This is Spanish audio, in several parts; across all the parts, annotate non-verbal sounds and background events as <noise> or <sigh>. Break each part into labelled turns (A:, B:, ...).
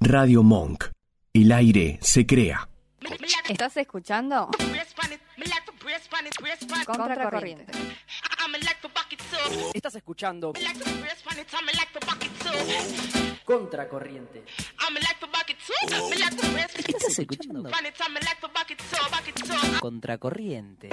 A: Radio Monk. El aire se crea.
B: ¿Estás escuchando? Contracorriente.
C: Estás escuchando Contracorriente. Estás escuchando Contracorriente.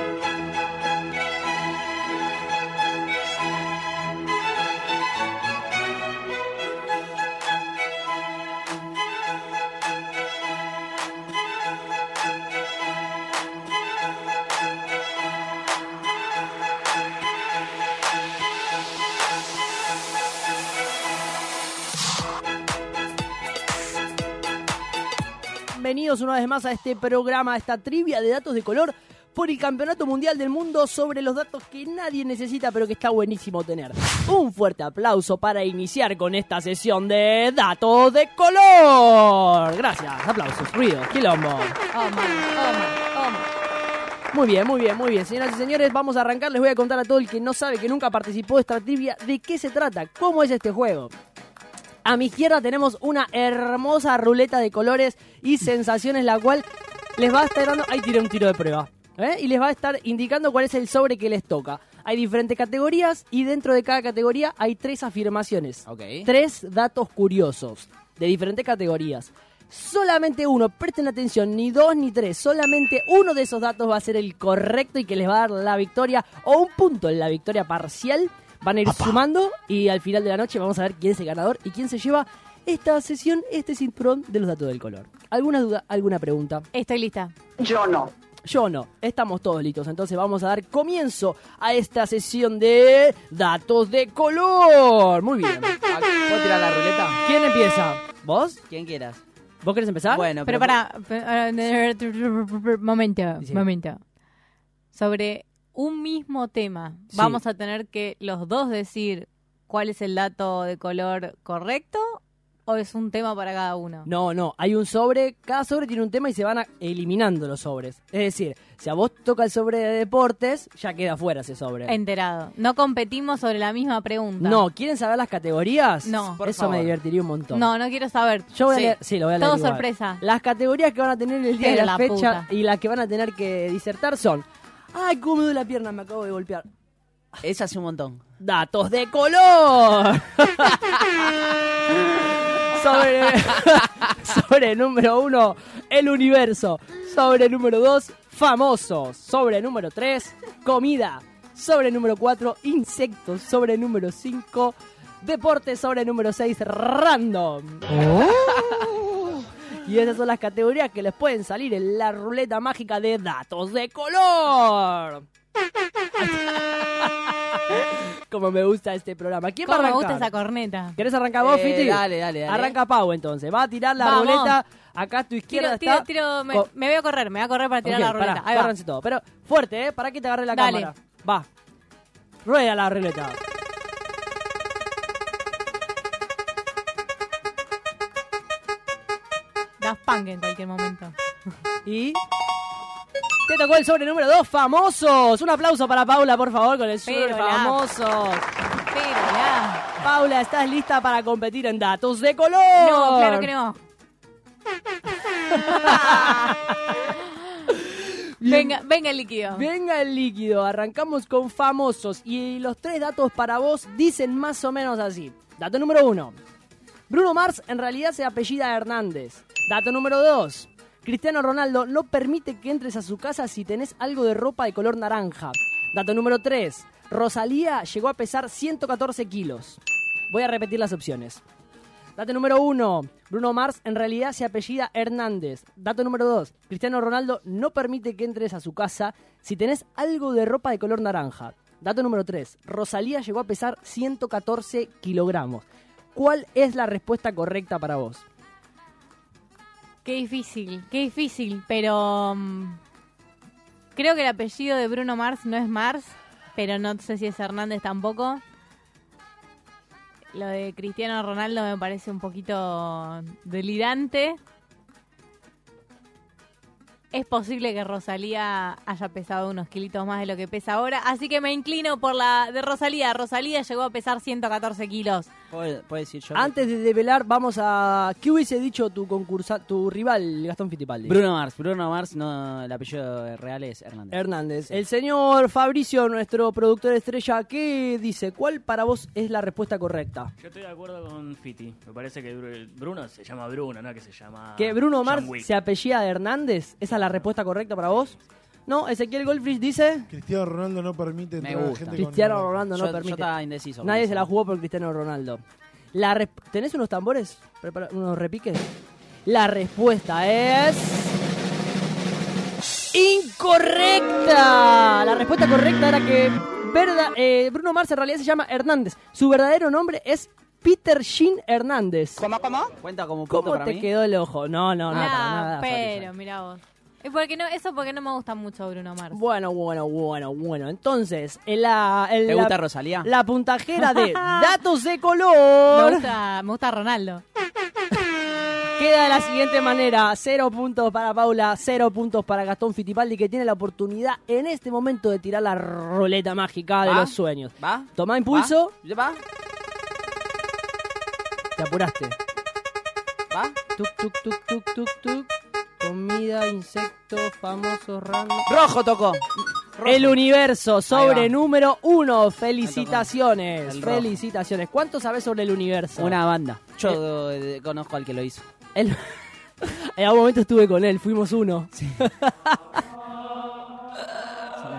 C: Bienvenidos una vez más a este programa, a esta trivia de datos de color por el Campeonato Mundial del Mundo sobre los datos que nadie necesita pero que está buenísimo tener. Un fuerte aplauso para iniciar con esta sesión de datos de color. Gracias, aplausos, ruido, quilombo.
B: Oh, man, oh, man, oh, man.
C: Muy bien, muy bien, muy bien. Señoras y señores, vamos a arrancar. Les voy a contar a todo el que no sabe, que nunca participó de esta trivia, de qué se trata, cómo es este juego. A mi izquierda tenemos una hermosa ruleta de colores y sensaciones, la cual les va a estar dando. Ahí tiré un tiro de prueba. ¿eh? Y les va a estar indicando cuál es el sobre que les toca. Hay diferentes categorías y dentro de cada categoría hay tres afirmaciones.
D: Ok.
C: Tres datos curiosos de diferentes categorías. Solamente uno, presten atención, ni dos ni tres, solamente uno de esos datos va a ser el correcto y que les va a dar la victoria o un punto en la victoria parcial. Van a ir sumando y al final de la noche vamos a ver quién es el ganador y quién se lleva esta sesión, este cinturón de los datos del color. ¿Alguna duda, alguna pregunta?
B: Estoy lista.
C: Yo no, estamos todos listos, entonces vamos a dar comienzo a esta sesión de datos de color. Muy bien.
D: Ah, ¿Puedo tirar la ruleta?
C: ¿Quién empieza? ¿Vos?
D: Quien quieras.
C: ¿Vos querés empezar?
D: Bueno,
B: Pero para. <laughs> Momento,
C: Sí.
B: momento. Sobre un mismo tema,
C: Sí.
B: ¿vamos a tener que los dos decir cuál es el dato de color correcto o es un tema para cada uno?
C: No, no, hay un sobre, cada sobre tiene un tema y se van a- eliminando los sobres. Es decir, si a vos toca el sobre de deportes, ya queda fuera ese sobre.
B: Enterado. No competimos sobre la misma pregunta.
C: No, ¿quieren saber las categorías?
B: No. Por
C: Eso
D: favor.
C: me divertiría un montón.
B: No, no quiero saber.
C: Yo voy a
B: Sí.
C: leer, sí, lo voy a leer.
B: Todo
C: igual.
B: sorpresa.
C: <laughs> Las categorías que van a tener el día de
B: Pero
C: la,
B: la
C: fecha
B: puta.
C: y las que van a tener que disertar son. ¡Ay, cómo me duele la pierna! Me acabo de golpear.
D: Esa hace un montón.
C: ¡Datos de color! sobre, <laughs> sobre número uno, el universo. Sobre número dos, famosos. Sobre número tres, comida. Sobre número cuatro, insectos. Sobre número cinco, deporte. Sobre número seis, random.
B: Oh.
C: <laughs> Y esas son las categorías que les pueden salir en la ruleta mágica de datos de
B: <laughs>
C: color. Como me gusta este programa. ¿Quién va a
B: ¿Cómo me
C: arrancar?
B: gusta esa corneta?
C: ¿Querés arrancar vos,
D: Eh,
C: Fiti?
D: dale, dale, dale.
C: Arranca Pau entonces. Va a tirar la
B: Vamos.
C: ruleta. Acá a tu izquierda
B: Tiro, tiro,
C: está.
B: tiro, me,
C: Co-
B: me voy a correr, me voy a correr para tirar
C: Ok,
B: la ruleta.
C: pará,
B: Ahí va.
C: córranse todo. Pero fuerte, ¿eh? Para que te agarre la
B: Dale.
C: cámara. Va. Rueda la ruleta.
B: Das punk en cualquier momento.
C: Y. Te tocó el sobre número 2, famosos. Un aplauso para Paula, por favor, con el sobre
B: Pero la-
C: famosos.
B: Pero ya.
C: Paula, ¿estás lista para competir en datos de color?
B: No, claro que no. venga, venga el líquido.
C: Venga el líquido, arrancamos con famosos y los tres datos para vos dicen más o menos así. Dato número uno, Bruno Mars en realidad se apellida Hernández. Dato número dos, Cristiano Ronaldo no permite que entres a su casa si tenés algo de ropa de color naranja. Dato número tres, Rosalía llegó a pesar 114 kilos. Voy a repetir las opciones. Dato número uno, Bruno Mars en realidad se apellida Hernández. Dato número dos, Cristiano Ronaldo no permite que entres a su casa si tenés algo de ropa de color naranja. Dato número tres, Rosalía llegó a pesar 114 kilogramos. ¿Cuál es la respuesta correcta para vos?
B: Qué difícil, qué difícil, pero mm, creo que el apellido de Bruno Mars no es Mars, pero no sé si es Hernández tampoco. Lo de Cristiano Ronaldo me parece un poquito delirante. Es posible que Rosalía haya pesado unos kilitos más de lo que pesa ahora, así que me inclino por la de Rosalía. Rosalía llegó a pesar 114 kilos.
D: ¿Puedo, puedo decir yo?
C: Antes de develar, vamos a. ¿Qué hubiese dicho tu concursa, tu rival, Gastón Fittipaldi?
D: Bruno Mars. Bruno Mars, no, el apellido real es Hernández.
C: Hernández. El señor Fabricio, nuestro productor estrella, ¿qué dice? ¿Cuál para vos es la respuesta correcta?
E: Yo estoy de acuerdo con Fiti. Me parece que Bru- Bruno se llama Bruno, no que se llama.
C: ¿Que Bruno
E: John
C: Mars
E: Wick.
C: se apellida Hernández? ¿Esa es la respuesta correcta para vos? No, Ezequiel Goldfish dice.
F: Cristiano Ronaldo no permite
D: Me
F: entrar a
D: gusta.
F: gente con
C: Cristiano
F: Ronaldo.
C: Ronaldo no
D: Yo- yo
C: permite.
D: estaba indeciso.
C: Nadie se la jugó por Cristiano Ronaldo. La resp- ¿Tenés unos tambores? Prepara- ¿Unos repiques? La respuesta es. ¡Incorrecta! La respuesta correcta era que verda- eh, Bruno Mars en realidad se llama Hernández. Su verdadero nombre es Peter Jean Hernández.
D: ¿Cómo, cómo? Cuenta como punto
C: ¿Cómo
D: para
C: te
D: mí.
C: quedó el ojo? No, no, no, para
B: Ah,
C: nada.
B: pero
C: satisfactorio.
B: mira vos. Es porque no, eso porque no me gusta mucho Bruno Mars.
C: Bueno, bueno, bueno, bueno. Entonces, en la, en
D: ¿Te
C: la-
D: gusta Rosalía?
C: la
D: <laughs>
C: puntajera de datos de color.
B: Me gusta, me gusta Ronaldo.
C: Queda de la siguiente manera: cero puntos para Paula, cero puntos para Gastón Fitipaldi, que tiene la oportunidad en este momento de tirar la ruleta mágica de
D: ¿Va?
C: los sueños.
D: ¿Va?
C: Tomá impulso,
D: ¿Va? ¿Va?
C: te apuraste.
D: ¿Va?
C: Tuk, tuk, tuk, tuk, tuk, tuk. Comida, insectos, famosos, random.
D: Rojo tocó.
C: El universo sobre
D: Ahí va.
C: número uno. Felicitaciones.
D: El rojo.
C: Felicitaciones. ¿Cuánto sabes sobre el universo?
D: Una banda. Yo eh, conozco al que lo hizo.
C: El- <laughs> en algún momento estuve con él, fuimos uno.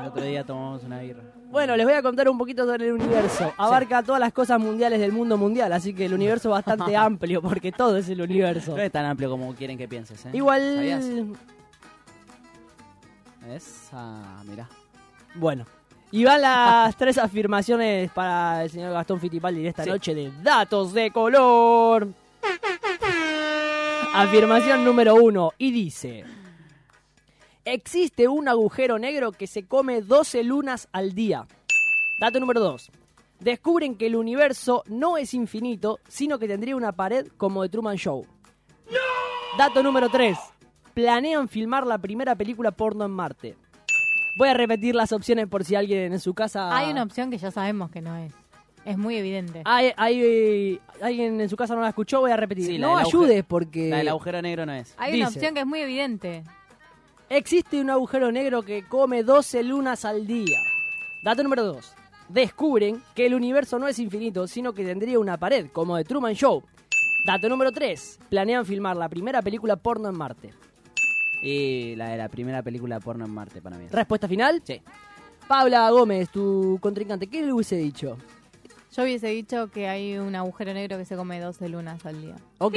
D: El otro día tomamos una birra.
C: Bueno, les voy a contar un poquito sobre el universo. Abarca todas las cosas mundiales del mundo mundial, así que el universo
D: <laughs>
C: es bastante amplio porque todo es el universo.
D: No es tan amplio como quieren que pienses, ¿eh?
C: Igual.
D: ¿Sabías? Esa, mirá.
C: Bueno. Y van las tres afirmaciones para el señor Gastón Fittipaldi de esta
D: Sí.
C: noche de Datos de Color. Afirmación número uno. Y dice: Existe un agujero negro que se come 12 lunas al día. Dato número dos. Descubren que el universo no es infinito, sino que tendría una pared como de Truman Show. Dato número 3. Planean filmar la primera película porno en Marte. Voy a repetir las opciones por si alguien en su casa.
B: Hay una opción que ya sabemos que no es. Es muy evidente.
C: Hay- hay- alguien en su casa no la escuchó, voy a repetir.
D: Sí, la
C: no
D: del agujero-
C: ayudes porque.
D: La del agujero negro no es.
B: Hay una
C: dice-
B: opción que es muy evidente.
C: Existe un agujero negro que come 12 lunas al día. Dato número 2. Descubren que el universo no es infinito, sino que tendría una pared, como de Truman Show. Dato número 3. Planean filmar la primera película porno en Marte.
D: Y la de la primera película porno en Marte para mí. es.
C: ¿Respuesta final?
D: Sí.
C: Paula Gómez, tu contrincante, ¿qué le hubiese dicho?
B: Yo hubiese dicho que hay un agujero negro que se come 12 lunas al día.
C: Ok.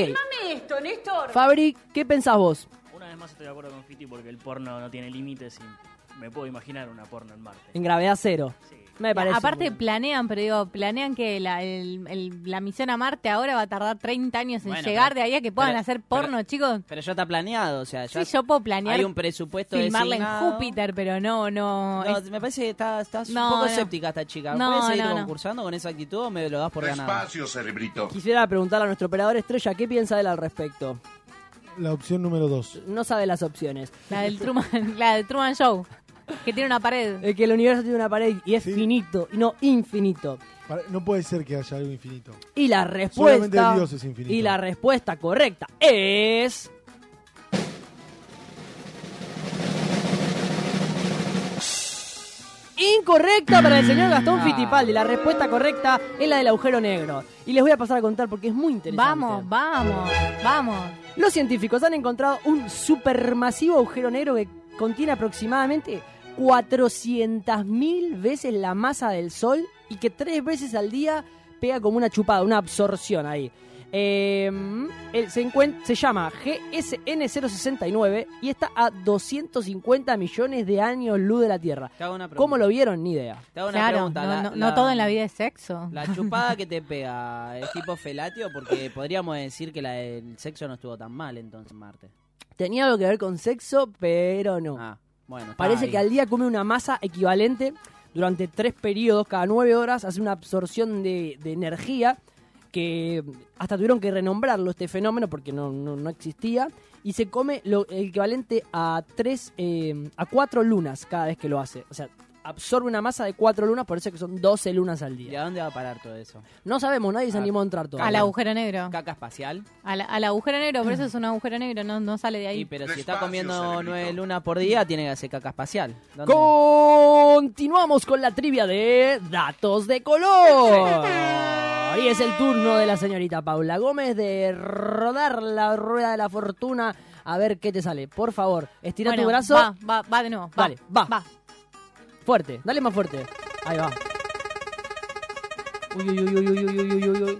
C: Fabri, ¿qué pensás vos?
E: Una vez más estoy de acuerdo con Fiti porque el porno no tiene límites y me puedo imaginar una porno en Marte.
C: En gravedad cero.
E: Sí.
C: Me parece.
B: Aparte
C: muy bien.
B: planean, pero digo, planean que la, el- el- la misión a Marte ahora va a tardar 30 años en
D: Bueno,
B: llegar
D: pero-
B: de ahí a que puedan
D: pero-
B: hacer
D: pero-
B: porno, chicos.
D: Pero ya está planeado, o sea, ya
B: Sí, yo puedo planear
D: hay un presupuesto
B: filmarla en
D: designado.
B: Júpiter, pero no, no.
D: No,
B: es-
D: me parece que está- estás
B: No,
D: un poco
B: no.
D: escéptica esta chica.
B: No,
D: ¿Puedes seguir
B: no, no.
D: concursando con esa actitud o me lo das por ganado?
G: Despacio, cerebrito.
C: Quisiera preguntarle a nuestro operador estrella qué piensa él al respecto.
F: La opción número 2.
C: No sabe las opciones.
B: la, del Truman, la del Truman Show, que tiene una pared.
C: Es eh, que el universo tiene una pared y es
F: Sí.
C: finito, y no infinito.
F: No puede ser que haya algo infinito.
C: Y la respuesta.
F: Solamente Dios es infinito.
C: Y la respuesta correcta es. Incorrecta para el señor Gastón
D: Ah.
C: Fittipaldi. La respuesta correcta es la del agujero negro. Y les voy a pasar a contar porque es muy interesante.
B: Vamos, vamos, vamos.
C: Los científicos han encontrado un supermasivo agujero negro que contiene aproximadamente 400.000 veces la masa del Sol y que tres veces al día pega como una chupada, una absorción ahí. Eh, él se, encuent- se llama GSN069 y está a 250 millones de años luz de la Tierra.
D: Te hago una pregunta.
C: ¿Cómo lo vieron? Ni idea.
D: Te hago una
B: Claro,
D: pregunta.
B: no,
D: La- la-
B: no- no todo en la vida es sexo.
D: La chupada que te pega es tipo felatio porque podríamos decir que la del sexo no estuvo tan mal entonces en Marte.
C: Tenía algo que ver con sexo, pero no.
D: Ah, bueno. está
C: Parece
D: ahí.
C: que al día come una masa equivalente durante tres periodos, cada nueve horas, hace una absorción de, de energía que hasta tuvieron que renombrarlo este fenómeno porque no, no- no existía y se come lo el equivalente a tres eh, a cuatro lunas cada vez que lo hace. O sea, absorbe una masa de cuatro lunas, por eso es que son 12 lunas al
D: ¿Y
C: día.
D: a dónde va a parar todo eso?
C: No sabemos, nadie se
D: Ah.
C: animó a entrar todavía.
B: Al agujero negro.
D: ¿Caca espacial?
B: Al, al agujero negro, por eso es un agujero negro, no, no sale de
D: Mm. Y,
B: ahí.
D: pero si
G: Despacio,
D: está comiendo
G: cerebrito.
D: nueve lunas por día, tiene que hacer caca espacial. ¿Dónde?
C: Continuamos con la trivia de datos de color. Y es el turno de la señorita Paula Gómez de rodar la rueda de la fortuna. A ver qué te sale. Por favor, estira
B: Bueno,
C: tu brazo
B: Va, va, va de nuevo. Va,
C: Dale, va.
B: va.
C: fuerte. Dale más fuerte. Ahí va. Uy, uy, uy, uy, uy, uy, uy, uy, uy, uy.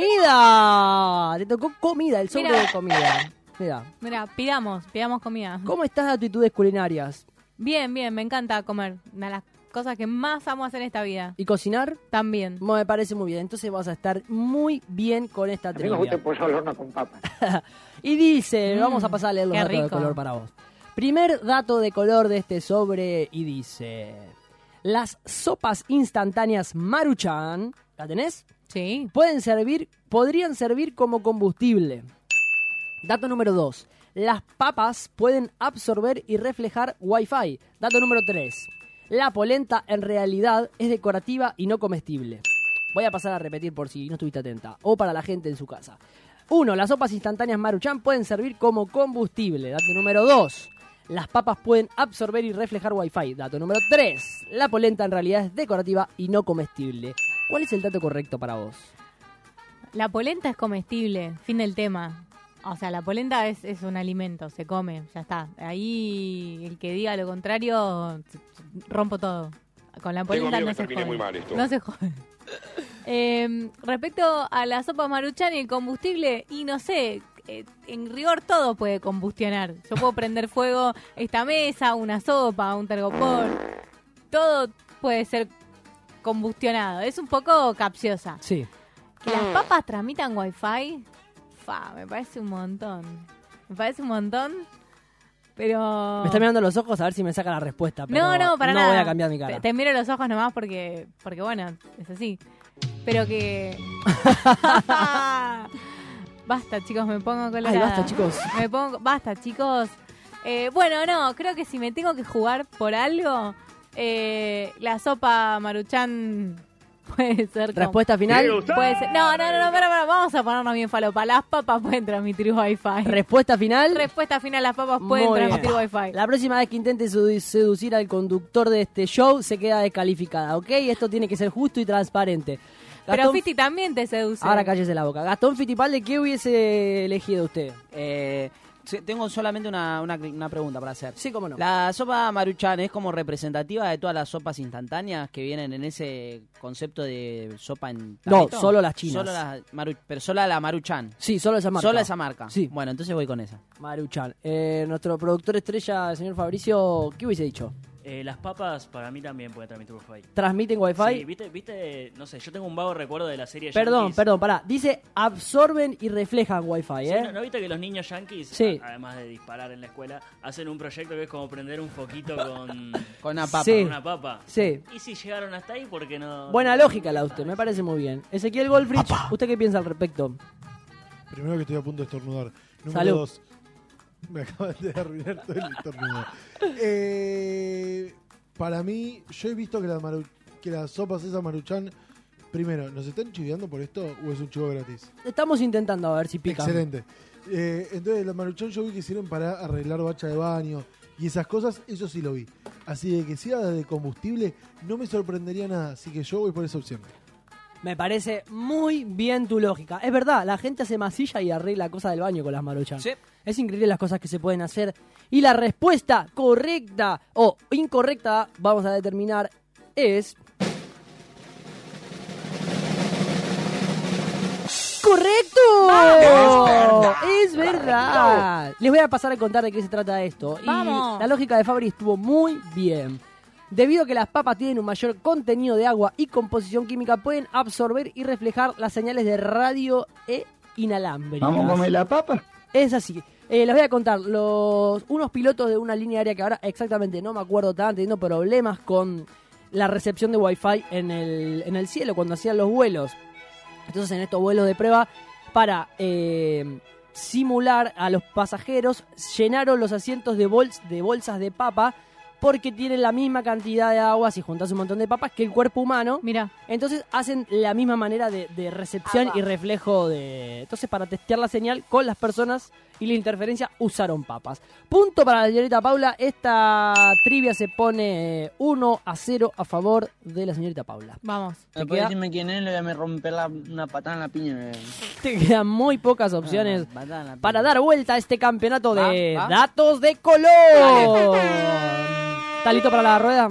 C: ¡Comida! Te tocó comida, el sobre
B: Mira.
C: de comida. Mira,
B: Mira, pidamos, pidamos comida.
C: ¿cómo estás de actitudes culinarias?
B: Bien, bien, me encanta comer. Una de las cosas que más amo hacer en esta vida.
C: ¿Y cocinar?
B: También.
D: Mm.
C: Bueno, Me parece muy bien. Entonces vas a estar muy bien con esta
H: A mí me gusta el
C: trivia.
H: pollo al horno con papas.
C: <laughs> Y dice,
B: Mm,
C: vamos a pasarle los
B: qué
C: datos de
B: rico.
C: color para vos. Primer dato de color de este sobre y dice, las sopas instantáneas Maruchan, ¿la tenés?
B: Sí.
C: Pueden servir, podrían servir como combustible. Dato número 2. Las papas pueden absorber y reflejar Wi-Fi. Dato número 3. La polenta en realidad es decorativa y no comestible. Voy a pasar a repetir por si no estuviste atenta. O para la gente en su casa. 1. Las sopas instantáneas Maruchan pueden servir como combustible. Dato número 2. Las papas pueden absorber y reflejar Wi-Fi. Dato número 3. La polenta en realidad es decorativa y no comestible. ¿Cuál es el dato correcto para vos?
B: La polenta es comestible, fin del tema. O sea, la polenta es, es un alimento, se come, ya está. Ahí el que diga lo contrario, t- t- rompo todo. Con la polenta
G: miedo
B: no
G: que
B: se
G: termine
B: jode.
G: muy mal esto.
B: No se jode. <laughs> Eh, respecto a la sopa maruchan y el combustible, y no sé, eh, en rigor todo puede combustionar. Yo puedo prender fuego esta mesa, una sopa, un tergopor. Todo puede ser combustionado. Es un poco capciosa.
C: Sí.
B: ¿Que las papas transmitan wifi? Fa, me parece un montón. Me parece un montón. Pero.
C: Me está mirando los ojos a ver si me saca la respuesta. Pero
B: Oh. no, no, para
C: no
B: nada.
C: voy a cambiar mi cara.
B: Te, te miro los ojos nomás porque. Porque bueno, es así.
C: <laughs>
B: Pero que. basta, chicos, me pongo colorada.
C: Ay, basta, chicos.
B: Me pongo. Basta, chicos. Eh, bueno, no, creo que si me tengo que jugar por algo, eh, la sopa maruchan <laughs> puede ser. como-
C: Respuesta final.
B: Puede ser- No, no, no, no, pará, pará, vamos a ponernos bien falopa. Las papas pueden transmitir wifi.
C: Respuesta final.
B: Respuesta final, las papas
C: Muy
B: pueden
C: bien.
B: transmitir wifi.
C: La próxima vez que intente sedu- seducir al conductor de este show se queda descalificada, ¿ok? Esto tiene que ser justo y transparente.
B: Pero Fiti también te seduce.
C: Ahora cállese la boca. Gastón Fitipalde, ¿qué hubiese elegido usted?
D: Eh, se- tengo solamente una, una- una pregunta para hacer.
C: Sí, cómo no.
D: La sopa maruchan es como representativa de todas las sopas instantáneas que vienen en ese concepto de sopa en
C: No,
D: tarrito?
C: solo las chinas.
D: Solo las maru- pero solo la maruchan.
C: Sí, solo esa marca.
D: Solo esa marca.
C: Sí.
D: Bueno, entonces voy con esa.
C: Maruchan. Eh, nuestro productor estrella, el señor Fabricio, ¿qué hubiese dicho?
E: Eh, las papas para mí también pueden transmitir wifi.
C: ¿Transmiten wifi?
E: Sí, ¿viste, viste, no sé, yo tengo un vago recuerdo de la serie
C: perdón,
E: Yankees.
C: perdón, pará. Dice absorben y reflejan wifi,
E: Sí,
C: ¿eh?
E: ¿no, no viste que los niños yankees,
C: Sí.
E: a- además de disparar en la escuela, hacen un proyecto que es como prender un
C: <laughs>
E: foquito con,
D: Con una papa.
C: Sí.
E: con una papa?
C: Sí.
E: ¿Y si llegaron hasta ahí? porque no...?
C: Buena lógica la de usted, me parece muy bien. Ezequiel Goldfrich, ¿usted qué piensa al respecto?
F: Primero que estoy a punto de estornudar. Número
C: Salud.
F: dos. Me acaban de arruinar todo el
C: <laughs>
F: estornudo. Eh, para mí, yo he visto que, las maru- que las sopas esas maruchan. Primero, ¿nos están chiviando por esto o es un chivo gratis?
C: Estamos intentando a ver si pica.
F: Excelente. Eh, entonces, las maruchan yo vi que sirven para arreglar bacha de baño y esas cosas, eso sí lo vi. Así de que sea de combustible, no me sorprendería nada. Así que yo voy por esa opción.
C: Me parece muy bien tu lógica. Es verdad, la gente hace masilla y arregla cosas del baño con las maruchan.
D: Sí.
C: Es increíble las cosas que se pueden hacer. Y la respuesta correcta o incorrecta, vamos a determinar, es... ¡Correcto! Es verdad. Les voy a pasar a contar de qué se trata esto. Y
B: Vamos.
C: la lógica de Fabri estuvo muy bien. Debido a que las papas tienen un mayor contenido de agua y composición química, pueden absorber y reflejar las señales de radio e inalámbricas.
H: Vamos a comer la papa.
C: Es así. Eh, les voy a contar, los unos pilotos de una línea aérea que ahora exactamente no me acuerdo, estaban teniendo problemas con la recepción de Wi-Fi en el, en el cielo cuando hacían los vuelos. Entonces en estos vuelos de prueba, para eh, simular a los pasajeros, llenaron los asientos de, bols- de bolsas de papa porque tienen la misma cantidad de agua, si juntas un montón de papas, que el cuerpo humano.
B: Mira,
C: Entonces hacen la misma manera de, de recepción
B: Ah, va.
C: y reflejo de... Entonces para testear la señal con las personas y la interferencia usaron papas. Punto para la señorita Paula. Esta trivia se pone 1 a 0 a favor de la señorita Paula.
B: vamos.
G: No
D: Ah,
C: Te queda-
G: puede decirme quién es, le voy a me romper la- una patada en la piña. me-
C: Te quedan muy pocas opciones
D: Ah, banana,
C: para dar vuelta a este campeonato de
D: Va, va.
C: datos de color. ¿Está listo para la rueda?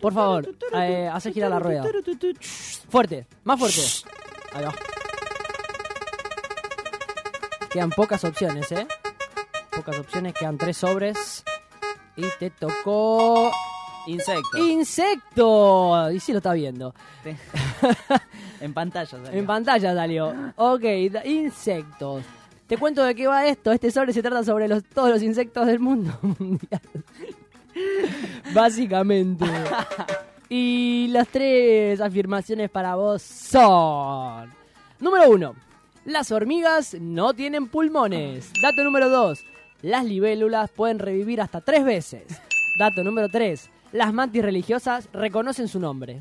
C: Por favor, eh, hace girar la rueda. Fuerte, más fuerte. Ahí va. Quedan pocas opciones, ¿eh? Pocas opciones, quedan tres sobres. Y te tocó...
D: Insecto.
C: Insecto. Y sí lo está viendo.
D: <laughs> en pantalla. salió.
C: En pantalla salió. Ok, da- insectos. Te cuento de qué va esto. Este sobre se trata sobre los, todos los insectos del mundo <laughs> mundial. Básicamente. Y las tres afirmaciones para vos son... Número uno. Las hormigas no tienen pulmones. Dato número dos. Las libélulas pueden revivir hasta tres veces. Dato número tres. Las mantis religiosas reconocen su nombre.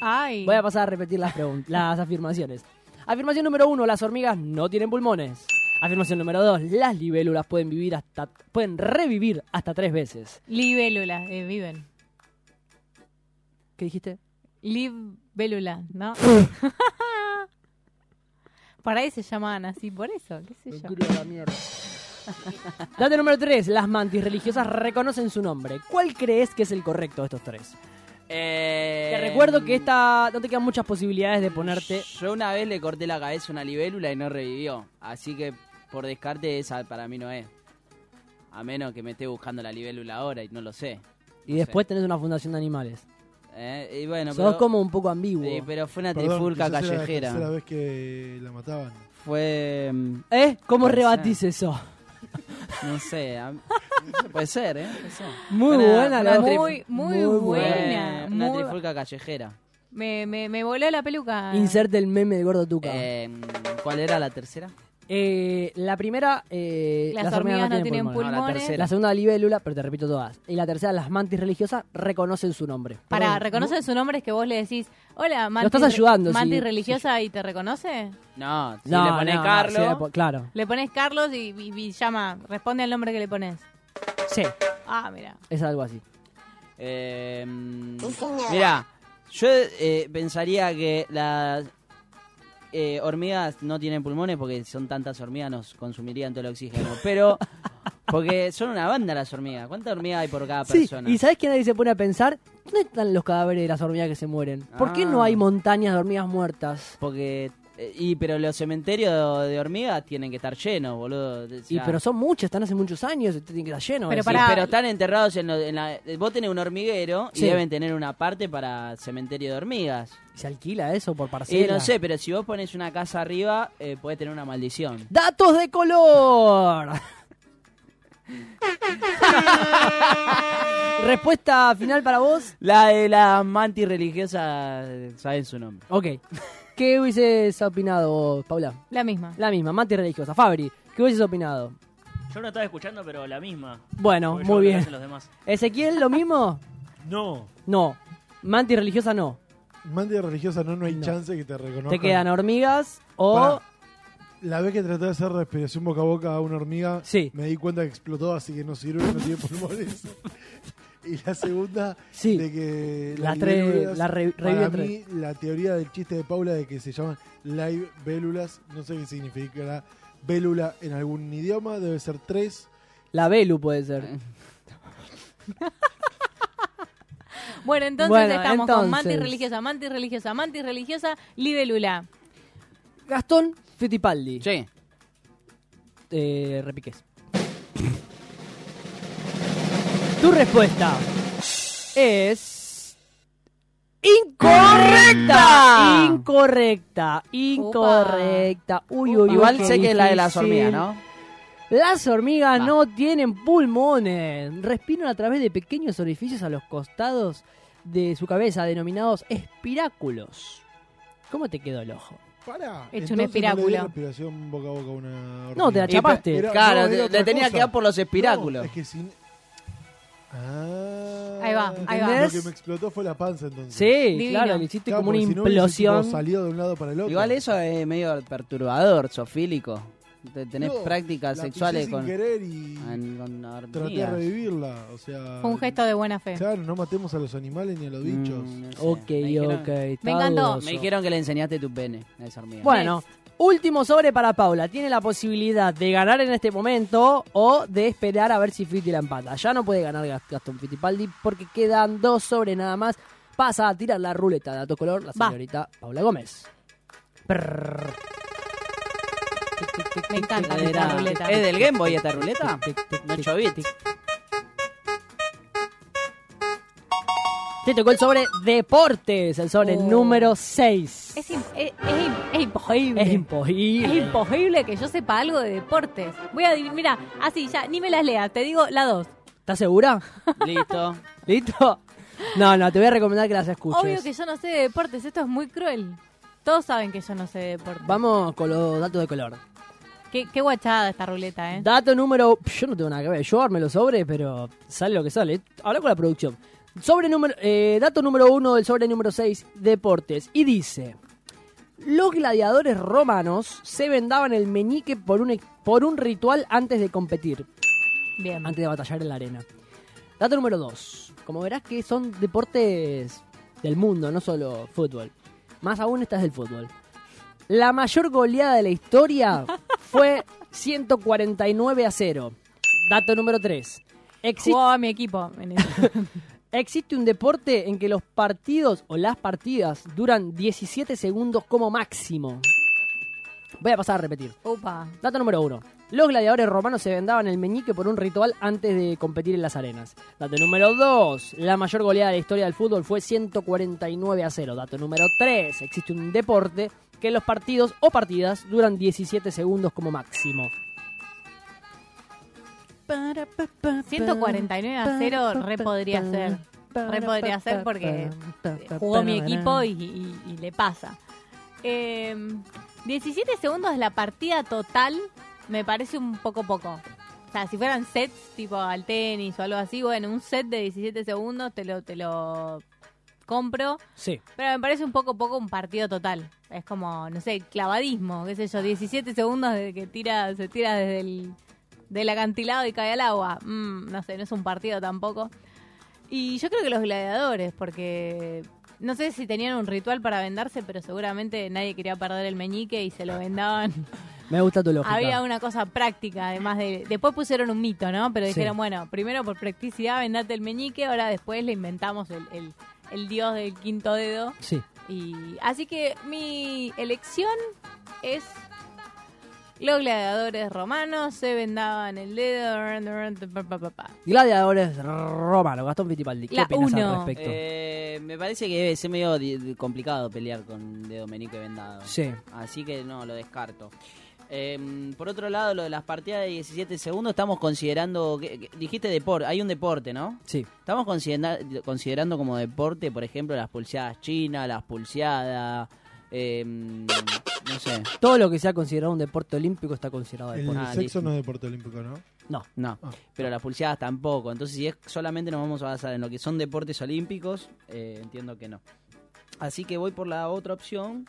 B: Ay.
C: Voy a pasar a repetir las, pregun- las afirmaciones. Afirmación número uno, las hormigas no tienen pulmones. Afirmación número dos, las libélulas pueden vivir hasta pueden revivir hasta tres veces.
B: Libélula, eh, viven.
C: ¿Qué dijiste?
B: Libélula, ¿no? <laughs> Por ahí se llamaban así, por eso, qué sé yo.
C: <laughs> Dato número tres, las mantis religiosas reconocen su nombre. ¿Cuál crees que es el correcto de estos tres?
D: Eh, mm.
C: Te recuerdo que esta no te quedan muchas posibilidades de ponerte.
D: Yo una vez le corté la cabeza a una libélula y no revivió. Así que por descarte esa para mí no es. A menos que me esté buscando la libélula ahora y no lo sé.
C: Y después tenés una fundación de animales.
D: Eh, y bueno,
C: Sos
D: pero,
C: como un poco ambiguo.
D: eh, pero fue una
F: Perdón,
D: trifulca
F: quizás era
D: callejera.
F: La tercera vez que la mataban.
D: Fue... mm,
C: ¿Eh? ¿Cómo
D: Puede ser.
C: rebatís eso?
D: No sé. a-
C: <laughs>
D: puede ser, ¿eh? Puede ser.
C: Muy
D: Una-
C: buena la
D: una
B: Muy,
D: tri-
B: muy,
C: Muy
B: buena.
D: Fue Una
B: muy-
D: trifulca callejera.
B: me, me, me voló la peluca.
C: Inserte el meme de Gordo Tuca.
D: Eh, ¿Cuál era la tercera?
C: Eh, la primera, eh,
B: las, hormigas no tienen
C: pulmones.
B: pulmones.
D: No, la tercera.
C: La segunda, libélula, pero te repito todas. Y la tercera, las mantis religiosas reconocen su nombre.
B: Para, ¿reconocen su nombre? Es que vos le decís, hola, Manti.
C: estás ayudando,
B: Manti
C: sí.
B: religiosa y te reconoce.
D: No, si
C: No,
D: le pones
C: no, no,
D: Carlos.
C: sí, le po- claro.
B: Le pones Carlos y, y- y llama, responde al nombre que le pones.
C: Sí,
B: Ah, mira.
C: es algo así.
D: Eh, mira, yo eh, pensaría que las eh, hormigas no tienen pulmones porque son tantas hormigas nos consumirían todo el oxígeno. Pero
C: <laughs>
D: porque son una banda las hormigas. ¿Cuántas hormigas hay por cada
C: Sí,
D: persona?
C: y ¿sabes que nadie se pone a pensar? ¿Dónde están los cadáveres de las hormigas que se mueren? ¿Por qué
D: Ah.
C: no hay montañas de hormigas muertas?
D: Porque eh, y pero los cementerios de hormigas tienen que estar llenos, boludo. O
C: Y
D: sea,
C: pero son muchas, están hace muchos años, tienen que estar llenos.
B: Pero
C: eso.
D: Sí,
B: pará.
D: pero están enterrados en, lo- en la... Vos tenés un hormiguero
C: Sí.
D: y deben tener una parte para cementerio de hormigas.
C: ¿Se alquila eso por
D: Y
C: parcela?
D: Eh, no sé, pero si vos pones una casa arriba, eh, podés tener una maldición.
C: ¡Datos de color! Respuesta final para vos.
D: La de las mantis religiosas, eh, saben su nombre.
C: Ok. ¿Qué hubieses opinado vos, Paula?
B: La misma.
C: La misma, mate religiosa. Fabri, ¿qué hubieses opinado?
E: Yo no estaba escuchando, pero la misma.
C: Bueno,
E: Porque yo
C: muy
E: creo que
C: bien.
E: hacen los demás.
C: ¿Ezequiel lo mismo?
F: No.
C: No. Manti religiosa no.
F: Mande religiosa, no, no hay
C: No.
F: chance que te reconozcan.
C: Te quedan hormigas o.
F: Pará. La vez que traté de hacer respiración boca a boca a una hormiga,
C: Sí.
F: me di cuenta que explotó, así que no sirve, no tiene pulmones. <laughs> y la segunda,
C: Sí.
F: de que
C: Las
F: las
C: tres-
F: libélulas,
C: las re-
F: para
C: reviven tres.
F: mí, la teoría del chiste de Paula de que se llaman live vélulas, no sé qué significará vélula en algún idioma, debe ser tres.
C: La Velu puede ser.
B: Bueno, entonces
C: Bueno,
B: estamos con Manti
C: entonces.
B: religiosa, Manti religiosa, Manti religiosa, libélula.
C: Gastón Fittipaldi.
D: Sí.
C: Eh, repiques. Tu respuesta es. ¡Incorrecta! Incorrecta, incorrecta. Uy, uy, uy,
D: Igual
C: qué
D: sé que es la de las
C: difícil.
D: hormigas, ¿no?
C: Las hormigas
D: Ah.
C: no tienen pulmones. Respiran a través de pequeños orificios a los costados de su cabeza, denominados espiráculos. ¿Cómo te quedó el ojo?
F: Pará.
B: Hecho un
F: entonces no le di
B: espiráculo.
F: respiración boca a boca a una
C: No, te la
F: hormiga.
D: Y
C: chapaste.
D: pe-
F: Era-
D: claro,
F: no,
D: te-
F: era otra
D: le tenía
F: cosa.
D: que dar por los
F: No,
D: espiráculos.
F: es que sin. Ah.
B: Ahí va, ahí va.
F: Lo que me explotó fue la panza entonces.
C: Sí,
B: Divino.
C: claro, le hiciste
F: Claro,
C: como una
F: porque si no hubiese,
C: implosión.
F: tipo, salido de un lado para el otro.
D: Igual eso es medio perturbador, sofílico. Te- Tenés
F: No,
D: prácticas
F: la pillé
D: sexuales
F: sin
D: con,
F: querer y
D: an- con
F: traté de
D: hormigas.
F: revivirla. O sea.
B: Fue un gesto de buena fe.
F: Claro, no matemos a los animales ni a los bichos.
D: Mm, no sé.
C: ok,
D: Me dijeron-
C: ok. está
B: Me encantó.
C: dudoso.
D: Me dijeron que le enseñaste tu pene a esa hormiga.
C: Bueno, último sobre para Paula. Tiene la posibilidad de ganar en este momento o de esperar a ver si Fiti la empata. Ya no puede ganar Gast- Gastón Fittipaldi porque quedan dos sobre nada más. Pasa a tirar la ruleta de dato color la
B: Va.
C: señorita Paula Gómez. Prrr.
B: Me encanta
D: Era-
B: esta ruleta.
D: ¿Es del Game Boy esta ruleta?
C: Tic, tic, tic,
D: No
C: tic,
D: bits.
F: <laughs>
C: tic. Te tocó el sobre deportes, el sobre
B: Oh.
C: número 6.
B: Es, im- es- es im- es imposible.
C: Es
B: Es
C: imposible.
B: imposible que yo sepa algo de deportes. Voy a adivinar, mira, así ya, ni me las leas, te digo la dos.
C: ¿Estás
B: <laughs>
C: segura?
D: Listo.
C: ¿Listo? No, no, te voy a recomendar que las escuches.
B: Obvio que yo no sé de deportes, esto es muy cruel. Todos saben que yo no sé de deportes.
C: Vamos con los datos de color.
B: Qué, qué guachada esta ruleta, ¿eh?
C: Dato número. Yo no tengo nada que ver. Yo arme los sobres, pero sale lo que sale. Habla con la producción. Sobre número, eh, dato número uno del sobre número 6, deportes. Y dice: Los gladiadores romanos se vendaban el meñique por un, por un ritual antes de competir,
B: Bien.
C: antes de batallar en la arena. Dato número 2. Como verás que son deportes del mundo, no solo fútbol. Más aún esta es del fútbol. La mayor goleada de la historia fue 149 a 0. Dato número 3.
B: Jugaba mi equipo en eso.
C: existe un deporte en que los partidos o las partidas duran 17 segundos como máximo. Voy a pasar a repetir.
B: Upa.
C: Dato número 1. Los gladiadores romanos se vendaban el meñique por un ritual antes de competir en las arenas. Dato número 2. La mayor goleada de la historia del fútbol fue 149 a 0. Dato número 3. Existe un deporte que los partidos o partidas duran 17 segundos como máximo.
B: 149 a 0 re podría ser. Re podría ser porque jugó mi equipo y, y- y le pasa. Eh, 17 segundos de la partida total me parece un poco poco. O sea, si fueran sets tipo al tenis o algo así, bueno, un set de 17 segundos te lo, te lo compro.
C: Sí.
B: Pero me parece un poco poco un partido total. Es como, no sé, clavadismo, qué sé yo, 17 segundos desde que tira, se tira desde el del acantilado y cae al agua. Mm, no sé, no es un partido tampoco. Y yo creo que los gladiadores, porque no sé si tenían un ritual para vendarse, pero seguramente nadie quería perder el meñique y se lo vendaban.
C: Me gusta tu lógica.
B: Había una cosa práctica, además de... Después pusieron un mito, ¿no? Pero
C: Sí.
B: dijeron, bueno, primero por practicidad vendate el meñique, ahora después le inventamos el- el- el dios del quinto dedo.
C: Sí.
B: Y así que mi elección es los gladiadores romanos se vendaban el dedo. pa, pa, pa, pa.
C: Gladiadores romanos. Gastón Fittipaldi. ¿Qué
B: La
C: opinas al
B: uno.
C: respecto?
D: Eh, me parece que debe ser medio di- di- complicado pelear con dedo meñique vendado.
C: Sí.
D: Así que no, lo descarto. Eh, por otro lado, lo de las partidas de 17 segundos, estamos considerando. que- que- dijiste deporte, hay un deporte, ¿no?
C: Sí.
D: Estamos considera- considerando como deporte, por ejemplo, las pulseadas chinas, las pulseadas. eh, no sé.
C: Todo lo que sea considerado un deporte olímpico está considerado
F: El
C: deporte.
D: Ah,
F: sexo
D: listo.
F: no es deporte olímpico, ¿no?
C: No.
D: No,
F: Ah.
D: pero las pulseadas tampoco. Entonces, si es solamente nos vamos a basar en lo que son deportes olímpicos, eh, entiendo que no. Así que voy por la otra opción,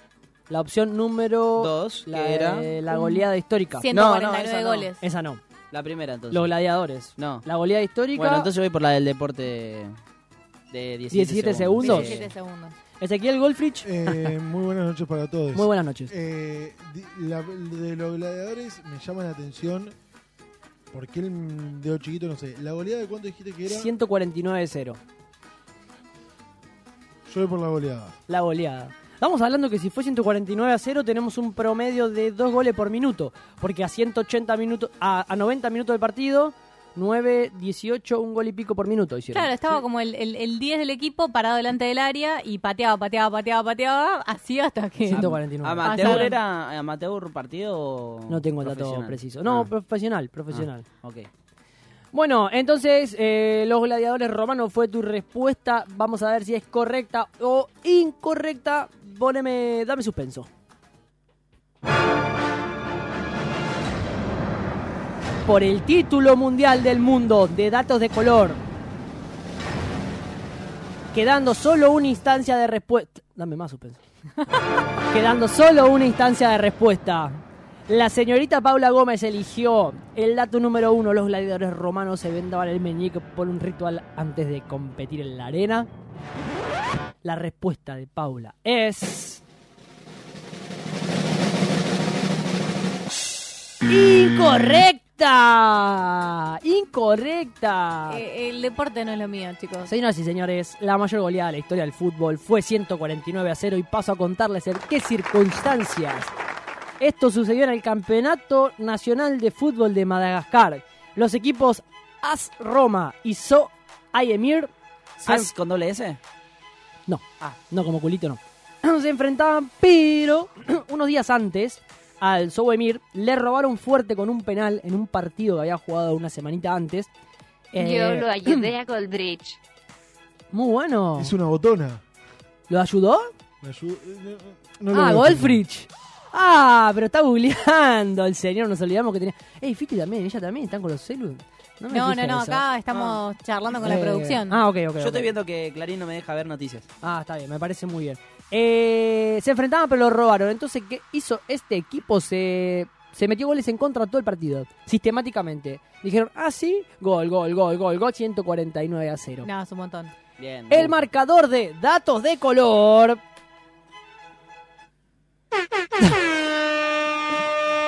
C: La opción número
D: Dos,
C: Oh, la,
D: que era-
C: de la goleada histórica.
B: 149
D: esa no.
B: goles.
C: Esa no.
D: la primera entonces.
C: Los gladiadores.
D: No.
C: La goleada histórica.
D: Bueno, entonces voy por la del deporte de 17,
C: 17 segundos.
D: Sí.
B: 17 segundos.
C: Ezequiel Goldfrich,
F: Eh, <laughs> muy buenas noches para todos.
C: muy buenas noches.
F: Eh, di- la- de los gladiadores me llama la atención porque el dedo chiquito, no sé. ¿La goleada de cuánto dijiste que era?
C: 149-0.
F: Yo voy por la goleada.
C: La goleada. Estamos hablando que si fue 149 a 0 tenemos un promedio de 2 goles por minuto. Porque a 180 minutos, a, a 90 minutos del partido, 9, 18, un gol y pico por minuto hicieron.
B: Claro, estaba como el, el, el 10 del equipo parado delante del área y pateaba, pateaba, pateaba, pateaba, así hasta que...
C: 149.
D: ¿Amateur
B: Pasaron.
D: era amateur partido o
C: no tengo el dato
D: profesional?
C: preciso. No,
D: Ah,
C: profesional, profesional.
D: ok.
C: Bueno, entonces, eh, los gladiadores romanos fue tu respuesta. Vamos a ver si es correcta o incorrecta. Poneme, dame suspenso. por el título mundial del mundo de datos de color. Quedando solo una instancia de respuesta. Dame más suspenso. <laughs> Quedando solo una instancia de respuesta. La señorita Paula Gómez eligió el dato número uno. Los gladiadores romanos se vendaban el meñique por un ritual antes de competir en la arena. La respuesta de Paula es... Incorrecta. Incorrecta.
B: Eh, el deporte no es lo mío, chicos.
C: Señoras y señores, la mayor goleada de la historia del fútbol fue 149 a 0 y paso a contarles en qué circunstancias. Esto sucedió en el Campeonato Nacional de Fútbol de Madagascar. Los equipos AS Roma y So Ayemir se
D: ¿As con doble S?
C: no, no como culito no. <clears throat> Se enfrentaban, pero <clears throat> unos días antes al Soboemir le robaron fuerte con un penal en un partido que había jugado una semanita antes. Eh,
H: Yo lo ayudé a Goldbridge.
C: Muy bueno.
F: Es una botona.
C: ¿Lo ayudó?
F: Me ayu- eh, no- no lo
C: ah,
F: veo.
C: Goldfrich. Ah, pero está googleando el señor, nos olvidamos que tenía... Ey, Fiti también, ella también, están con los celus. me
B: No, no,
C: fijé
B: no,
C: eso.
B: acá estamos charlando con
C: Eh,
B: la producción.
C: Ah, ok, ok.
D: Yo
C: ok.
D: estoy viendo que Clarín no me deja ver noticias.
C: Ah, está bien, me parece muy bien. Eh, se enfrentaban, pero lo robaron. Entonces, ¿qué hizo este equipo? Se, se metió goles en contra todo el partido, sistemáticamente. Dijeron, ah, sí, gol, gol, gol, gol, gol, 149 a 0.
B: No, es un montón.
D: Bien. Uh,
C: El marcador de datos de color. <laughs>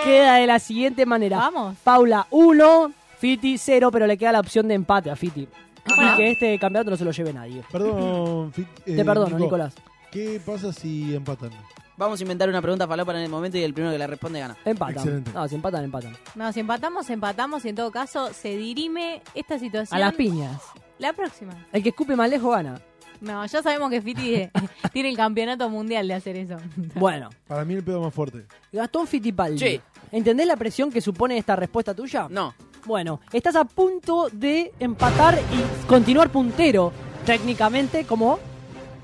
C: Queda de la siguiente manera.
B: Vamos.
C: Paula 1, Fiti 0, pero le queda la opción de empate a Fiti.
B: Bueno.
C: Y que este campeonato no se lo lleve nadie.
F: Perdón, Fit- eh,
C: Te perdono,
F: Nico,
C: Nicolás.
F: ¿Qué pasa si empatan?
D: Vamos a inventar una pregunta para en el momento y el primero que la responde gana.
C: Empatan.
F: Excelente.
C: No, si empatan, empatan.
B: No, si empatamos, empatamos y en todo caso se dirime esta
C: A
B: situación.
C: las piñas.
B: La próxima.
C: El que escupe más lejos <laughs> gana.
B: No, ya sabemos que Fiti <laughs> eh, tiene el campeonato mundial de hacer eso.
C: Bueno,
F: Para mí el pedo más fuerte.
C: Gastón Fitipaldi.
D: Sí.
C: ¿Entendés la presión que supone esta respuesta tuya?
D: No.
C: Bueno, estás a punto de empatar y continuar puntero. Técnicamente, como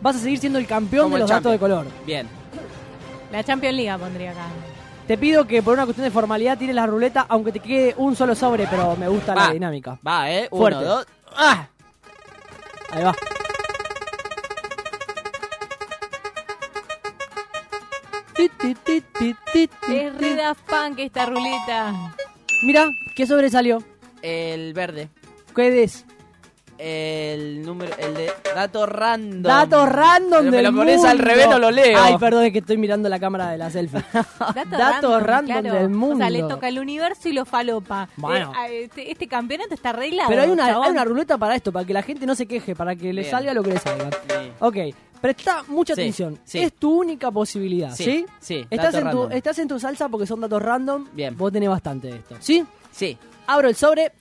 C: vas a seguir siendo el campeón
D: Como
C: de
D: el
C: los datos de color.
D: Bien.
B: La Champions League pondría acá.
C: Te pido que por una cuestión de formalidad tires la ruleta, aunque te quede un solo sobre, pero me gusta la
D: Va.
C: dinámica.
D: Va, eh. Uno,
C: Ah. Fuerte.
D: dos. ¡Ah!
C: Ahí va. Ti, ti, ti, ti, ti, ti,
B: Es
C: ti.
B: re Daft Punk esta ruleta.
C: Mira, ¿qué sobre salió?
D: El verde.
C: ¿Qué es?
D: El número. El de. Dato random.
C: Datos random
D: Pero
C: del
D: Me lo pones al
C: mundo.
D: revés, no lo leo.
C: Ay, perdón, es que estoy mirando la cámara de
D: <laughs>
C: la selfie. Datos random
B: claro.
C: del mundo.
B: O sea, le toca el universo y lo falopa.
C: Bueno.
B: Eh, a- este, este campeonato está arreglado.
C: Pero hay una,
B: chabón.
C: hay una ruleta para esto, para que la gente no se queje, para que le
D: Bien.
C: salga lo que le salga.
D: Sí.
C: Ok, presta mucha
D: Sí,
C: atención.
D: sí.
C: Es tu única posibilidad, ¿sí?
D: Sí, sí,
C: Estás
D: dato
C: en, tu,
D: random.
C: estás en tu salsa porque son datos random.
D: Bien.
C: Vos tenés bastante de esto. ¿Sí?
D: Sí.
C: Abro el sobre,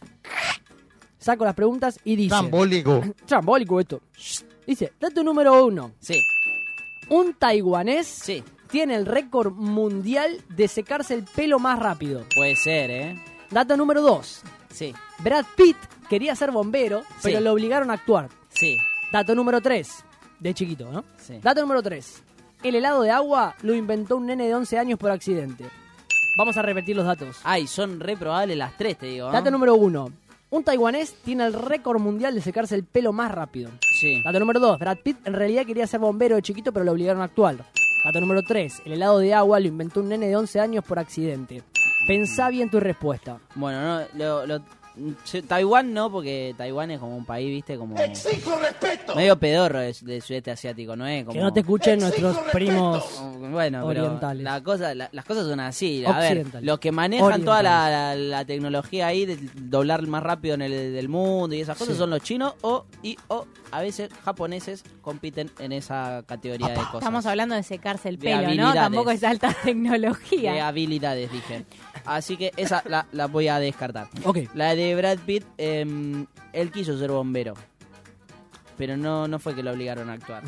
C: saco las preguntas y dice...
I: Trambólico.
C: <clears throat> Trambólico esto. Dice, dato número uno.
D: Sí.
C: Un taiwanés
D: Sí.
C: tiene el récord mundial de secarse el pelo más rápido.
D: Puede ser, eh.
C: Dato número 2.
D: Sí.
C: Brad Pitt quería ser bombero, pero
D: Sí.
C: lo obligaron a actuar.
D: Sí.
C: Dato número 3. De chiquito, ¿no?
D: Sí.
C: Dato número 3. El helado de agua lo inventó un nene de 11 años por accidente. Vamos a repetir los datos.
D: Ay, son re probables las tres, te digo. ¿eh?
C: Dato número 1. Un taiwanés tiene el récord mundial de secarse el pelo más rápido.
D: Sí.
C: Dato número 2. Brad Pitt en realidad quería ser bombero de chiquito, pero lo obligaron a actuar. Dato número 3. El helado de agua lo inventó un nene de 11 años por accidente. Pensá bien tu respuesta.
D: Bueno, no. Lo, lo- yo- Taiwán no, porque Taiwán es como un país, viste, como.
I: Exijo respeto.
D: Medio pedorro de- del sudeste asiático, ¿no es? Como...
C: Que no te escuchen nuestros primos.
D: Bueno,
C: Orientales.
D: pero la cosa- la- las cosas son así. A ver,
C: Occidentales.
D: los que manejan toda la, la- la tecnología ahí de doblar más rápido en el del mundo y esas cosas son los chinos o y o a veces japoneses compiten en esa categoría de cosas.
B: Estamos hablando de secarse el
D: De
B: pelo, ¿no?
D: habilidades.
B: Tampoco es
C: <laughs>
B: alta <laughs>
D: de
B: tecnología.
D: habilidades, dije. Así que esa la, la voy a descartar.
C: Ok.
D: La de Brad Pitt, em, él quiso ser bombero, pero no no fue que lo obligaron a actuar.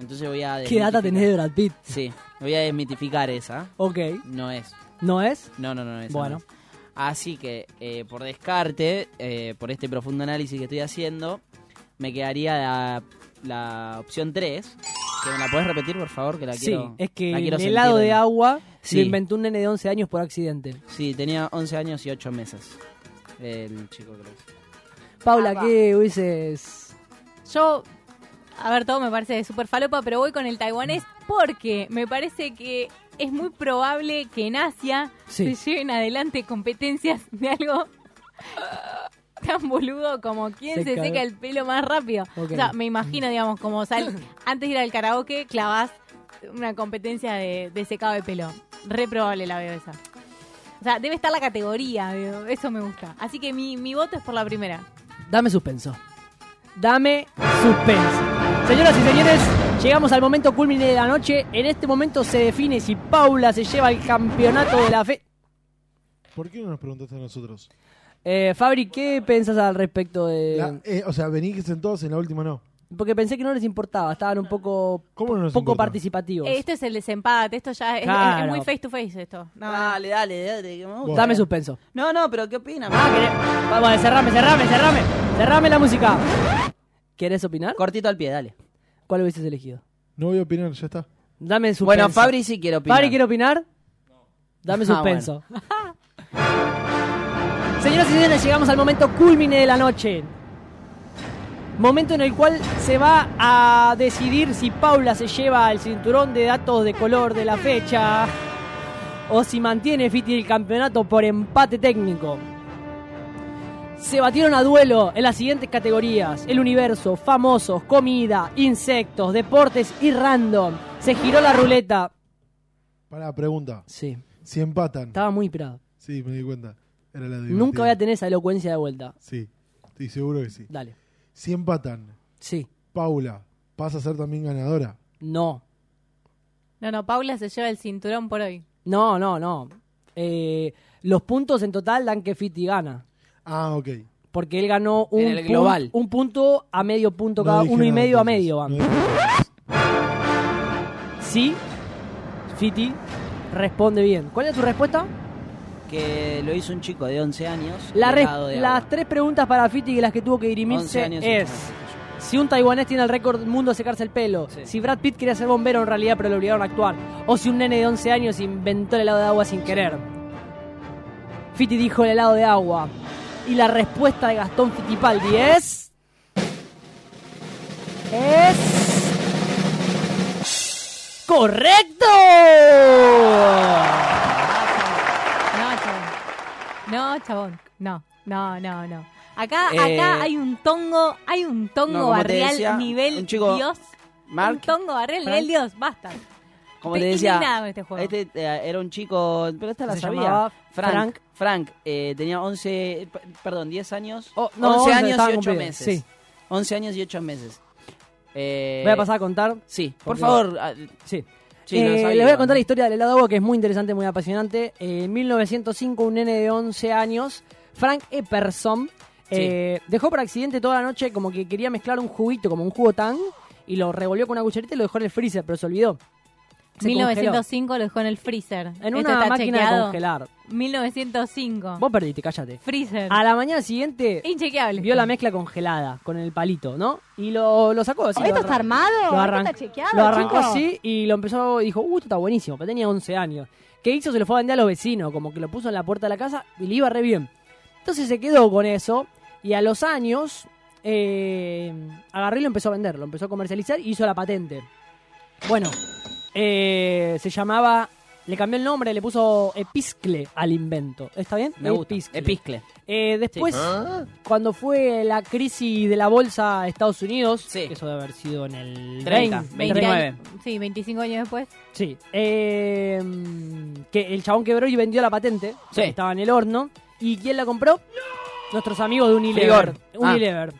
D: Entonces voy a
C: ¿Qué
D: desmitificar.
C: data tenés de Brad Pitt?
D: Sí, voy a desmitificar esa.
C: Ok.
D: No es.
C: ¿No es?
D: No, no, no, no es. no
C: Bueno.
D: es. Así que, eh, por descarte, eh, por este profundo análisis que estoy haciendo, me quedaría la, la opción 3. ¿Que me la podés repetir, por favor? Que la
C: sí,
D: quiero.
C: es que
D: la quiero
C: el
D: sentir
C: helado de agua
D: Sí.
C: lo inventó un nene de 11 años por accidente.
D: Sí, tenía 11 años y 8 meses. El chico que lo hizo.
C: Paula,
B: Apa.
C: ¿qué hubieses...?
B: Yo, a ver, todo me parece súper falopa, pero voy con el taiwanés porque me parece que es muy probable que en Asia
C: Sí.
B: se lleven adelante competencias de algo <laughs> tan boludo como quién
C: Se
B: se,
C: cagó.
B: seca el pelo más rápido.
C: Ok.
B: O sea, me imagino, digamos,
C: <clears throat>
B: como sal, antes de ir al karaoke, clavas una competencia de, de secado de pelo. Re probable la veo esa. O sea, debe estar la categoría, veo. eso me gusta. Así que mi, mi voto es por la primera.
C: Dame suspenso. Dame suspenso. Señoras y señores, llegamos al momento culmine de la noche. En este momento se define si Paula se lleva el campeonato de la fe.
F: ¿Por qué no nos preguntaste a nosotros?
C: Eh, Fabri, ¿qué pensás al respecto de...?
F: La- eh, o sea, venís sentados en la última no.
C: Porque pensé que no les importaba, estaban un poco,
F: ¿Cómo no nos
C: poco
F: importa?
C: participativos.
B: Eh, esto es el desempate, esto ya es, es- es
C: Claro.
B: muy face to face esto. No,
D: Dale, dale, dale. que me gusta.
F: Vos.
C: Dame suspenso.
D: No, no, pero ¿qué opinas?
C: Ah, querés- Vamos, cerrame, cerrame, cerrame. Cerrame la música. ¿Querés opinar?
D: Cortito al pie, dale.
C: ¿Cuál hubieses elegido?
F: No voy a opinar, ya está.
C: Dame suspenso.
D: Bueno, Fabri sí quiere opinar.
C: Fabri, ¿quiere opinar? Dame
D: Ah,
C: suspenso. <laughs> Señoras y señores, llegamos al momento culmine de la noche. Momento en el cual se va a decidir si Paula se lleva el cinturón de datos de color de la fecha o si mantiene Fiti el campeonato por empate técnico. Se batieron a duelo en las siguientes categorías: el universo, famosos, comida, insectos, deportes y random. Se giró la ruleta.
F: Pará, pregunta.
C: Sí,
F: Si empatan.
C: estaba muy inspirado.
F: Sí, me di cuenta. Era la divertida.
C: Nunca voy a tener esa elocuencia de vuelta.
F: Sí, estoy seguro que sí.
C: Dale.
F: Si empatan,
C: Sí.
F: Paula, ¿pasa a ser también ganadora?
C: No.
B: no, no, Paula se lleva el cinturón por hoy.
C: No, no, no. Eh, los puntos en total dan que Fiti gana.
F: Ah, ok.
C: Porque él ganó un,
D: En el
C: pun-
D: global.
C: un punto a medio punto cada
F: No dije
C: uno y
F: nada,
C: medio a
F: entonces.
C: medio. van.
F: No dije nada.
C: Sí, Fiti responde bien. ¿Cuál es tu respuesta?
D: Que lo hizo un chico de 11 años.
C: La res-
D: regado de
C: las
D: agua.
C: tres preguntas para Fiti que las que tuvo que
D: 11
C: dirimirse
D: años y
C: es si un taiwanés tiene el récord mundo de secarse el pelo,
D: Sí.
C: si Brad Pitt quería ser bombero en realidad pero lo obligaron a actuar, o si un nene de 11 años inventó el helado de agua sin querer. Fiti dijo el helado de agua. Y la respuesta de Gastón Fittipaldi es... Es... ¡Correcto!
B: No, chabón. No, chabón. No, no, no, no. Acá,
D: Eh,
B: acá hay un tongo, hay un tongo
D: no, como te
B: barrial
D: decía,
B: nivel
D: un chico-
B: Dios.
D: Mark,
B: un tongo barrial
D: Frank.
B: nivel Dios, basta.
D: como te
B: estoy
D: decía,
B: indignada con este juego.
D: este, eh, era un chico, pero esta la
C: Se
D: sabía.
C: llamaba
D: Frank,
C: Frank.
D: Frank, eh, tenía 11, p- perdón, 10 años.
C: Oh, no,
D: 11,
C: 11,
D: años
C: estaban
D: y 8
C: cumplidos,
D: meses.
C: sí.
D: 11 años y 8 meses. Eh,
C: Voy a pasar a contar.
D: Sí, por
C: porque-
D: favor. ah,
C: Sí.
D: sí, lo
C: Eh,
D: sabía,
C: les voy a contar
D: bueno.
C: la historia del helado de agua que es muy interesante, muy apasionante. Eh, en 1905, un nene de 11 años, Frank Epperson, eh, dejó por accidente toda la noche como que quería mezclar un juguito, como un jugo tan, y lo revolvió con una cucharita y lo dejó en el freezer, pero se olvidó. Se
B: 1905 lo dejó en el freezer.
C: congeló. En
B: Esto
C: una
B: está
C: máquina de
B: chequeado.
C: congelar.
B: 1905.
C: Vos perdiste, cállate.
B: Freezer.
C: A la mañana siguiente
B: Inchequeable.
C: vio la mezcla congelada con el palito, ¿no? Y lo, lo sacó así. lo
I: ¿Esto está
C: arran-
I: armado?
C: lo,
I: ¿Esto
C: arran-
I: está chequeado,
C: lo arrancó
I: chico?
C: así y lo empezó y dijo, uh, esto está buenísimo, pero tenía 11 años. ¿Qué hizo? Se lo fue a vender a los vecinos, como que lo puso en la puerta de la casa y le iba re bien. Entonces se quedó con eso y a los años eh, agarró y lo empezó a vender, lo empezó a comercializar y hizo la patente. Bueno, eh, se llamaba, le cambió el nombre, le puso Episcle al invento. ¿Está bien?
D: Me gusta. Episcle.
C: Eh, después,
D: ¿Ah?
C: cuando fue la crisis de la bolsa de Estados Unidos,
D: Sí.
C: que eso debe haber sido en el
D: 30,
C: 20,
D: 29.
B: Sí, 25 años después.
C: Sí. Eh, mm, que el chabón quebró y vendió la patente.
D: Sí.
C: que Estaba en el horno. ¿Y quién la compró? Nuestros amigos de
D: Frigor.
C: Unilever.
D: Ah.
C: Unilever.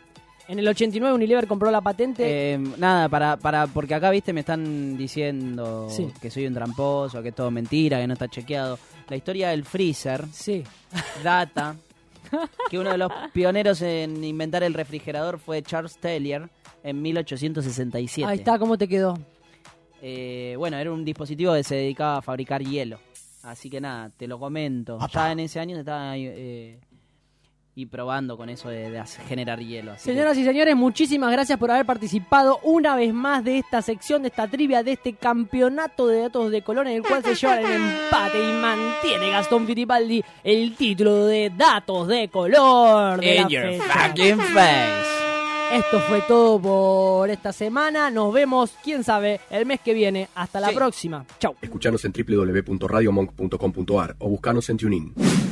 C: En el 89 Unilever compró la patente.
D: Eh, nada, para, para, porque acá, viste, me están diciendo
C: Sí.
D: que soy un tramposo, que es todo mentira, que no está chequeado. La historia del freezer
C: Sí.
D: data que uno de los pioneros en inventar el refrigerador fue Charles Taylor en 1867.
C: Ahí está, ¿cómo te quedó?
D: Eh, bueno, era un dispositivo que se dedicaba a fabricar hielo. Así que nada, te lo comento. Ya en ese año se estaba eh, y probando con eso de, de hacer- generar hielo. Así que-
C: Señoras y señores, muchísimas gracias por haber participado una vez más de esta sección, de esta trivia, de este campeonato de datos de color en el cual se lleva el empate y mantiene Gastón Fitipaldi el título de datos de color. de la
D: In your
C: fecha.
D: fucking face.
C: Esto fue todo por esta semana. Nos vemos, quién sabe, el mes que viene. Hasta la
D: Sí.
C: próxima. Chau.
A: Escuchanos en www.radiomonk.com.ar o buscanos en TuneIn.